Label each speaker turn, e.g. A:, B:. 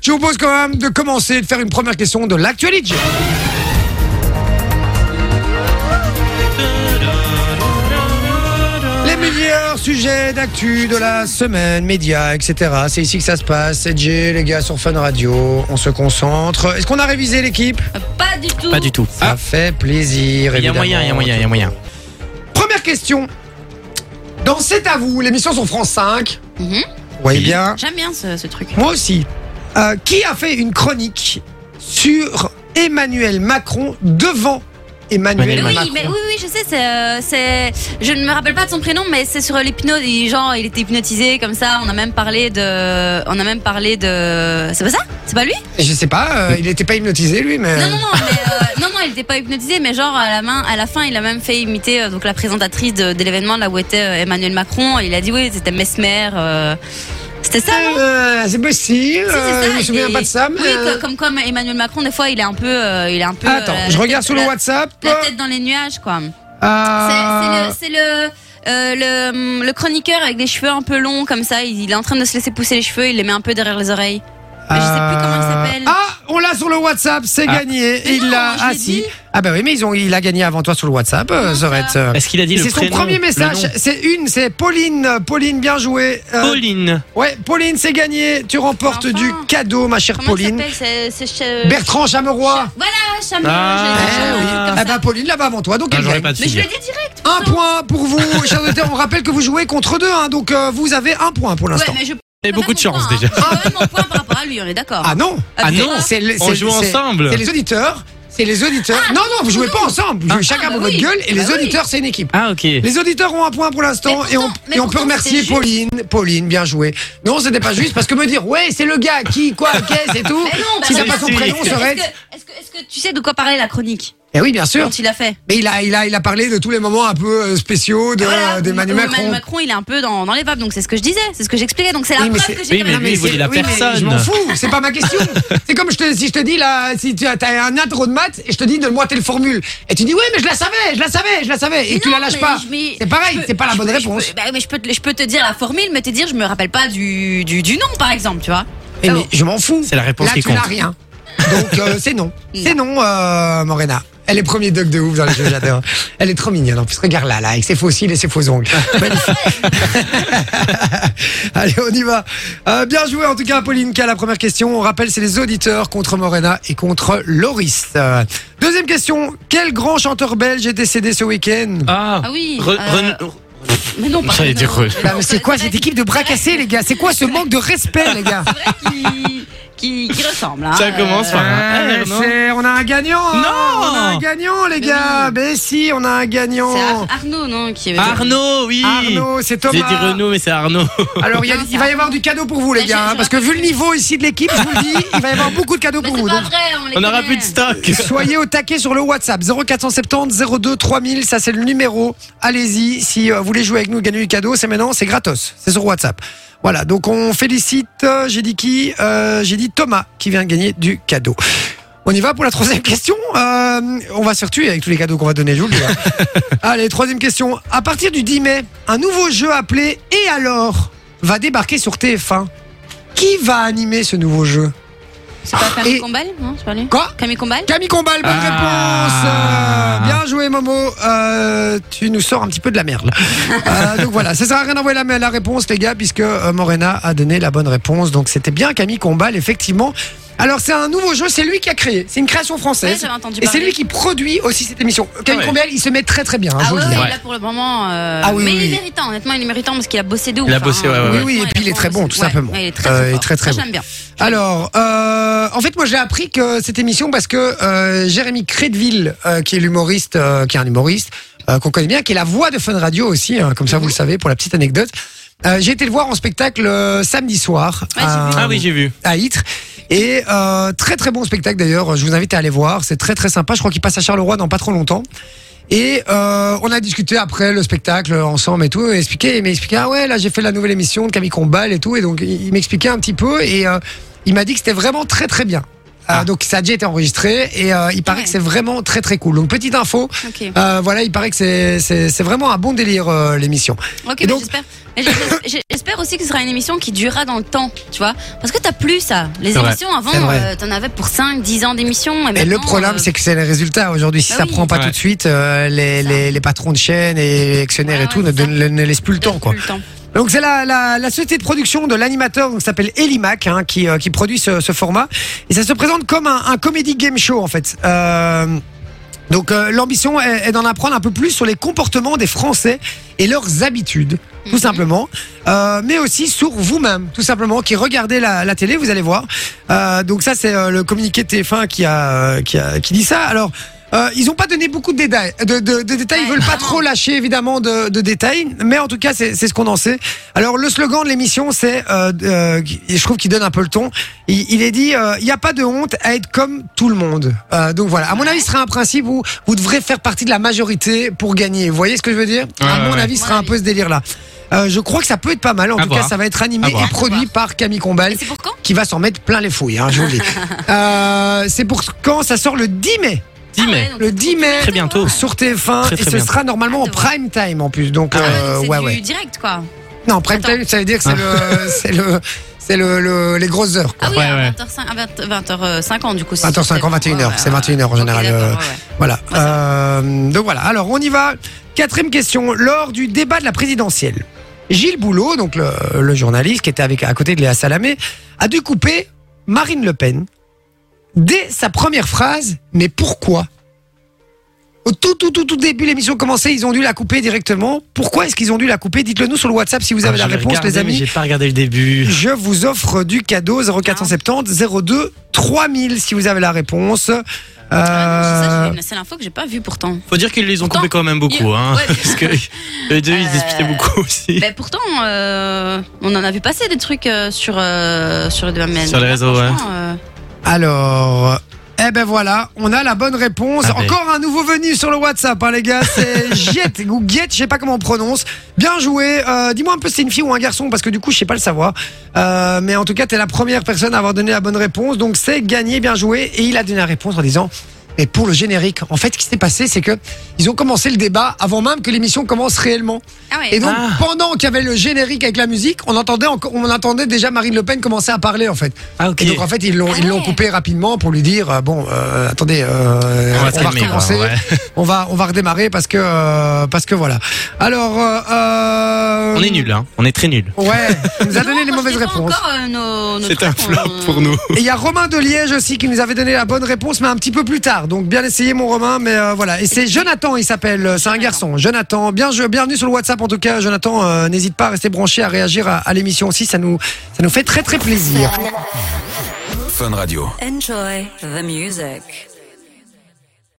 A: Je vous propose quand même de commencer, de faire une première question de l'actualité. Les meilleurs sujets d'actu de la semaine, médias, etc. C'est ici que ça se passe. C'est Jay, les gars, sur Fun Radio. On se concentre. Est-ce qu'on a révisé l'équipe
B: Pas du tout.
C: Pas du tout.
A: Ça fait plaisir,
C: Ah. Il y a
A: Ah, évidemment.
C: moyen, il y a moyen, il y a moyen.
A: Première question. Dans C'est à vous, l'émission sur France 5.
B: Mhm.
A: Vous voyez bien.
B: J'aime bien ce, ce truc.
A: Moi aussi. Euh, qui a fait une chronique sur Emmanuel Macron devant Emmanuel
C: Emmanuel
B: Mais oui,
A: Macron
B: mais oui, oui, je sais, c'est, euh, c'est. Je ne me rappelle pas de son prénom, mais c'est sur l'hypnose. il- Genre, il était hypnotisé comme ça. On a même parlé de. On a même parlé de. C'est pas ça C'est pas lui
A: Je sais pas, euh, il n'était pas hypnotisé lui, mais.
B: Non, non, non, mais, euh, non, non, il n'était pas hypnotisé, mais genre, à la, main, à la fin, il a même fait imiter euh, donc, la présentatrice de, de l'événement, là où était euh, Emmanuel Macron. Il a dit, oui, c'était Mesmer. euh, C'était ça, non
A: Euh, c'est possible,
B: Si, c'est
A: euh,
B: ça,
A: je me
B: il
A: souviens
B: est-
A: pas de ça,
B: Oui,
A: mais.
B: co-
A: euh,
B: comme quoi Emmanuel Macron, des fois, il est un peu. euh, il est un peu
A: Attends,
B: euh,
A: je
B: la
A: regarde
B: tête-
A: sur le
B: la-
A: WhatsApp.
B: La tête dans les nuages, quoi.
A: Euh,
B: C'est c'est le, c'est le, euh, le, hum, le chroniqueur avec des cheveux un peu longs comme ça. Il, il est en train de se laisser pousser les cheveux. Il les met un peu derrière les oreilles. Mais je sais plus comment il s'appelle.
A: Ah, on l'a sur le WhatsApp, c'est
C: Ah.
A: gagné.
B: Mais
A: Il
B: non,
A: l'a.
B: je
A: Ah
B: l'ai
A: si.
B: dit.
A: Ah bah oui, mais ils ont, il a gagné avant toi sur le WhatsApp, euh,
B: Comment ça
A: Zorette. euh.
C: Est-ce qu'il a dit le
A: C'est son
C: prénom
A: premier
C: le
A: message.
C: nom
A: C'est une, c'est Pauline. euh, Pauline, bien joué. Euh,
C: Pauline.
A: Ouais, Pauline, c'est gagné. Tu remportes
B: Enfin.
A: du cadeau, ma chère
B: Comment
A: Pauline.
B: il s'appelle C'est- c'est-
A: Bertrand Chameroy.
B: Voilà, Chamon.
C: Ah,
A: Eh
B: j'ai dit Chamon,
A: oui.
B: comme
A: Eh
B: ça.
A: ben, Pauline là-bas avant toi, donc
C: Ah,
A: elle
C: j'aurais
A: gagne.
C: pas de
B: Mais je
C: fille.
B: le dis direct.
A: Un
B: pourtant.
A: point pour vous, chers auditeurs. On rappelle que vous jouez contre deux, hein, donc euh, vous avez un point pour l'instant.
B: Ouais, mais je.
C: Et beaucoup de chance déjà.
B: Ah, mon point par rapport à lui, on est d'accord.
A: Ah non,
C: Ah non,
B: pourquoi
A: c'est le-
C: on
A: c'est-
C: joue
A: c'est-
C: ensemble.
A: C'est les auditeurs. C'est les auditeurs. non, non, vous jouez pas ensemble. Vous jouez chacun
B: Ah, bah
A: pour votre
B: oui.
A: gueule et
B: Bah
A: les
B: oui.
A: auditeurs, c'est une équipe.
C: Ah ok.
A: Les auditeurs ont un point pour l'instant
B: Mais
A: et on,
B: pourtant- mais
A: et on peut
B: pourtant,
A: remercier
B: c'était juste.
A: Pauline. Pauline, bien joué. Non, ce n'est pas juste parce que me dire, ouais, c'est le gars qui, quoi, qu'est-ce et tout.
B: Mais non, bah
A: si t'as
B: oui,
A: pas son
C: si.
A: prénom,
B: Est-ce
A: serait.
B: que, est-ce que- est-ce que tu sais de quoi parlait la chronique
A: Eh oui, bien sûr.
B: quand il a fait
A: Mais il a, il a, il a parlé de tous les moments un peu euh, spéciaux de,
B: Voilà,
A: d'Emmanuel
B: où
A: Macron.
B: il est un peu dans, dans les vapes, donc c'est ce que je disais, c'est ce que j'expliquais. Donc c'est la
A: Oui, mais
B: preuve
A: c'est-
B: que j'ai
C: oui,
B: quand même-
C: mais lui, il
A: c'est-
C: voulait la
A: oui, mais
C: personne.
A: Je m'en fous, c'est pas ma question. c'est comme je te, si je te dis là, si tu as t'as un intro de maths et je te dis donne-moi telle formule. Et tu dis ouais, mais je la savais, je la savais, je la savais. Et
B: Mais
A: tu
B: non,
A: la lâches
B: mais
A: pas.
B: je- mais
A: C'est pareil,
B: je peux-
A: c'est pas la
B: je
A: bonne
B: peux- je
A: réponse.
B: peux- bah, mais je peux, te, je peux te dire la formule, mais te dire je me rappelle pas du, du, du nom, par exemple, tu vois.
A: Eh,
B: Ah
A: mais
B: bon.
A: je m'en fous.
C: C'est la réponse
A: Là,
C: qui
A: tu n'as
C: compte.
A: rien. Donc euh, c'est non. C'est non, euh, Morena. Elle est premier doc de ouf dans les jeux, j'adore. Elle est trop mignonne. En plus, regarde là, là, avec ses fossiles et ses faux ongles. Magnifique. Allez, on y va. Euh, bien joué en tout cas, Pauline K. La première question, on rappelle, c'est les auditeurs contre Morena et contre Loris. Euh, deuxième question, quel grand chanteur belge est décédé ce week-end
C: Ah.
B: Ah oui,
C: Re-
B: euh,
C: Ren-
B: Mais non, pas.
C: J'allais
B: non,
C: dire, euh,
B: non,
A: Putain, Bah, mais C'est quoi
B: vrai
A: cette
B: qu'il-
A: équipe de bras cassés, les gars C'est quoi ce manque de respect, les gars
B: C'est vrai qu'il- qu'il qu'il ressemble. hein,
C: Ça commence par-
A: Ouais,
C: Ah, non.
A: c'est- on a un gagnant. hein.
C: Non.
A: on a un gagnant, les
B: Mais
A: gars.
B: non.
A: Ben si, on a un gagnant.
B: C'est Ar- Arnaud, non qui avait dit-
C: Arnaud, oui.
A: Arnaud, c'est
C: J'ai
A: Thomas.
C: dit Renaud, mais c'est Arnaud.
A: Alors, il, y a-
B: Non,
A: il
B: c'est
A: va y
B: Arnaud.
A: avoir du cadeau pour vous, les
B: Mais
A: gars,
B: Bah, je-
A: hein,
B: je
A: parce que vu le niveau ici de l'équipe, je vous le dis, il va y avoir beaucoup de cadeaux
B: Mais
A: pour
B: c'est
A: vous.
B: pas
A: donc.
B: vrai, on les
C: On n'aura
B: connaît.
C: plus de stock.
A: Soyez au taquet sur le WhatsApp 0470 02 3000, ça c'est le numéro. Allez-y, si euh, vous voulez jouer avec nous, gagner du cadeau, c'est maintenant, c'est gratos, c'est sur WhatsApp. Voilà, donc on félicite, euh, j'ai dit qui Euh, J'ai dit Thomas qui vient de gagner du cadeau. On y va pour la troisième question. Euh, on va se retuer avec tous les cadeaux qu'on va donner, je vous le dis, hein. Allez, troisième question. À partir du 10 mai, un nouveau jeu appelé Et alors va débarquer sur TF1. Qui va animer ce nouveau jeu
B: C'est pas
A: Ah, Et-
B: Camille Combal Non, c'est pas lui.
A: Quoi
B: Camille Combal
A: Camille Combal, bonne
C: Ah.
A: réponse Euh, Bien joué Momo, Euh, tu nous sors un petit peu de la merde. Euh, donc voilà, ça sert à rien d'envoyer la, la réponse les gars, puisque euh, Morena a donné la bonne réponse, donc c'était bien Camille Combal, effectivement. Alors c'est un nouveau jeu, c'est lui qui a créé, c'est une création
B: Ouais,
A: française.
B: j'avais entendu
A: et c'est
B: parler.
A: lui qui produit aussi cette émission. Camille
C: Ah ouais.
A: Combal, il se met très très bien, hein, je
B: Ah
A: vous
B: ouais,
A: le
B: ouais,
A: dis.
B: là pour le moment. euh,
A: Ah oui,
B: mais
A: oui,
B: il
A: oui.
B: est méritant, honnêtement, il est méritant parce qu'il a bossé de ouf. hein.
C: Il a bossé, ouais, ouais, ouais.
A: Oui, oui, et puis il est très bon, tout
B: Ouais,
A: simplement.
B: ouais, il est très,
A: Euh, il est
B: fort.
A: très, très
B: Ça,
A: bon.
B: J'aime bien.
A: Alors, euh, en fait, moi, j'ai appris que cette émission parce que euh, Jérémy Crédville, euh, qui est l'humoriste, euh, qui est un humoriste euh, qu'on connaît bien, qui est la voix de Fun Radio aussi, hein, comme ça vous
C: Mhm.
A: le savez pour la petite anecdote. Euh, j'ai été le voir en spectacle euh, samedi soir euh,
B: Ouais, j'ai vu.
A: à-
C: Ah oui, j'ai vu.
A: à Ytre. Et euh, très très bon spectacle d'ailleurs. Je vous invite à aller voir. C'est très très sympa. Je crois qu'il passe à Charleroi dans pas trop longtemps. Et euh, on a discuté après le spectacle ensemble et tout. Et expliqué, il m'a expliqué ah ouais là j'ai fait la nouvelle émission de Camille Combal et tout. Et donc il il m'expliquait un petit peu et euh, il m'a dit que c'était vraiment très très bien.
C: Ah.
A: donc ça a déjà été enregistré et euh, il paraît
B: Ouais.
A: que c'est vraiment très très cool. Donc petite info,
B: Ok.
A: euh, voilà, il paraît que c'est- c'est c'est vraiment un bon délire euh, l'émission.
B: Ok,
A: Et
B: mais
A: donc-
B: j'espère. mais j'ai- j'ai- J'espère aussi que ce sera une émission qui durera dans le temps, tu vois. Parce que t'as plus ça. Les
C: C'est vrai,
B: émissions avant,
A: c'est vrai.
B: euh, t'en avais pour 5, 10 ans d'émissions. Et,
A: Et le
B: maintenant,
A: problème,
B: euh,
A: c'est que c'est les résultats aujourd'hui. Si
B: bah
A: ça
B: oui.
A: prend pas
C: Ouais.
A: tout de suite, euh, les,
B: Ça.
A: les, les patrons de chaîne et les actionnaires
B: Ouais,
A: et tout
B: ouais,
A: ne,
B: c'est ça.
A: donnent- ne laissent plus le temps, quoi.
B: plus le temps.
A: Donc c'est la, la, la société de production de l'animateur donc, qui s'appelle Elimac hein, qui, euh, qui produit ce, ce format et ça se présente comme un, un comedy game show en fait. Euh, donc euh, l'ambition est, est d'en apprendre un peu plus sur les comportements des Français et leurs habitudes tout
B: Mhm.
A: simplement, Euh, mais aussi sur vous-même tout simplement qui regardez la, la télé vous allez voir. Euh, donc ça c'est euh, le communiqué TF1 qui a, euh, qui a qui dit ça. Alors euh, ils n'ont pas donné beaucoup de détails. De, de- de détails. Ils
B: Ouais,
A: veulent pas
B: vraiment.
A: trop lâcher évidemment de, de détails, mais en tout cas c'est c'est ce qu'on en sait. Alors le slogan de l'émission c'est, euh, euh, et je trouve qu'il donne un peu le ton. Il, il est dit, euh, il n'y a pas de honte à être comme tout le monde. Euh, donc voilà. À mon avis, ce sera un principe où vous devrez faire partie de la majorité pour gagner. Vous voyez ce que je veux dire
C: Ouais,
A: À
C: ouais,
A: mon
C: ouais.
A: avis, ce sera un
B: Mon
A: peu ce délire là. Euh, je crois que ça peut être pas mal. En
C: À
A: tout cas,
C: voir.
A: ça va être animé
C: À
A: et
C: voir.
A: produit par Camille Combal
B: Et c'est pour quand
A: qui va s'en mettre plein les fouilles, hein, je vous le dis. Euh, c'est pour quand ça sort le 10 mai.
C: Dis,
B: Ah ouais,
C: mais.
B: donc
A: Le
B: c'est
A: 10
B: pour-
A: mai
C: Très bientôt.
A: sur TF1
C: Très,
A: et
C: très
A: ce
C: bien.
A: sera normalement en
B: Ah, ouais.
A: prime time en plus. Donc
B: Ah ouais,
A: euh,
B: donc c'est
A: ouais
B: du
A: ouais.
B: direct, quoi.
A: Non, prime
B: Attends.
A: time ça veut dire que c'est
C: Ah.
A: le c'est le c'est le, le- les grosses heures.
B: Ah oui,
C: Ouais,
B: à
C: ouais.
B: 20h50, 20h50 du coup. c'est
A: 20h50,
B: sur
A: 21h,
B: ouais,
A: c'est
B: ouais.
A: 21h en
B: Ok,
A: général,
B: d'accord,
A: euh,
B: ouais, ouais.
A: Voilà.
B: Ouais, ça
A: Euh, donc voilà. Alors on y va. Quatrième question. Lors du débat de la présidentielle, Gilles Boulot, donc le, le journaliste qui était avec à côté de Léa Salamé, a dû couper Marine Le Pen dès sa première phrase. Mais pourquoi Au tout tout tout tout début l'émission commençait, ils ont dû la couper directement. Pourquoi est-ce qu'ils ont dû la couper Dites-le nous sur le WhatsApp si vous avez la
C: Ah, je l'ai
A: réponse,
C: regardé,
A: les
C: mais
A: amis.
C: J'ai pas regardé le début.
A: Je vous offre du cadeau
C: Ah.
A: 0470 02 3000 si vous avez la réponse.
B: Ah, non, c'est ça,
A: Euh,
B: c'est une seule info que j'ai pas vue pourtant.
C: Faut dire qu'ils les ont
B: Pourtant,
C: coupés quand même beaucoup,
B: il-
C: hein.
B: ouais.
C: Parce que eux deux, ils
B: Euh,
C: expliquaient beaucoup aussi.
B: Mais Ben, pourtant, euh, on en a vu passer des trucs euh, sur, euh, sur le domaine.
C: Sur les réseaux, ouais.
B: Franchement, euh,
A: Alors, eh ben voilà, on a la bonne réponse.
C: Ah ben.
A: Encore un nouveau venu sur le WhatsApp, hein, les gars. C'est Giette ou Guette, je sais pas comment on prononce. Bien joué. Euh, Dis-moi un peu si c'est une fille ou un garçon, parce que du coup, je sais pas le savoir. Euh, mais en tout cas, t'es la première personne à avoir donné la bonne réponse. Donc, c'est gagné, bien joué. Et il a donné la réponse en disant. Et pour le générique, en fait, ce qui s'est passé, c'est que ils ont commencé le débat avant même que l'émission commence réellement.
B: Ah ouais.
A: Et donc,
C: Ah.
A: pendant qu'il y avait le générique avec la musique, on entendait, encore- on entendait déjà Marine Le Pen commencer à parler, en fait.
C: Ah, ok.
A: Et donc en fait ils l'ont
B: Ah
A: ils l'ont
B: ouais.
A: coupé rapidement pour lui dire euh, bon euh, attendez euh,
C: on va se
A: on va
C: calmer,
A: recommencer
C: ouais.
A: on va on va redémarrer parce que euh, parce que voilà alors euh, euh,
C: On est nuls, hein. On est très nuls.
A: ouais il nous a donné
B: Non,
A: les
B: moi, je
A: mauvaises
B: l'ai pas
A: réponses
B: encore, euh, nos- nos
C: C'est un
B: trucs,
C: flop
B: on-
C: pour nous.
A: et il y a Romain de Liège aussi qui nous avait donné la bonne réponse mais un petit peu plus tard donc bien essayé mon Romain mais euh, voilà et c'est Jonathan il s'appelle Euh, c'est un garçon Jonathan bien je- bienvenue sur le WhatsApp en tout cas Jonathan euh, n'hésite pas à rester branché à réagir à, à l'émission aussi ça nous ça nous fait très très plaisir
D: Fun Radio.
E: Enjoy the music.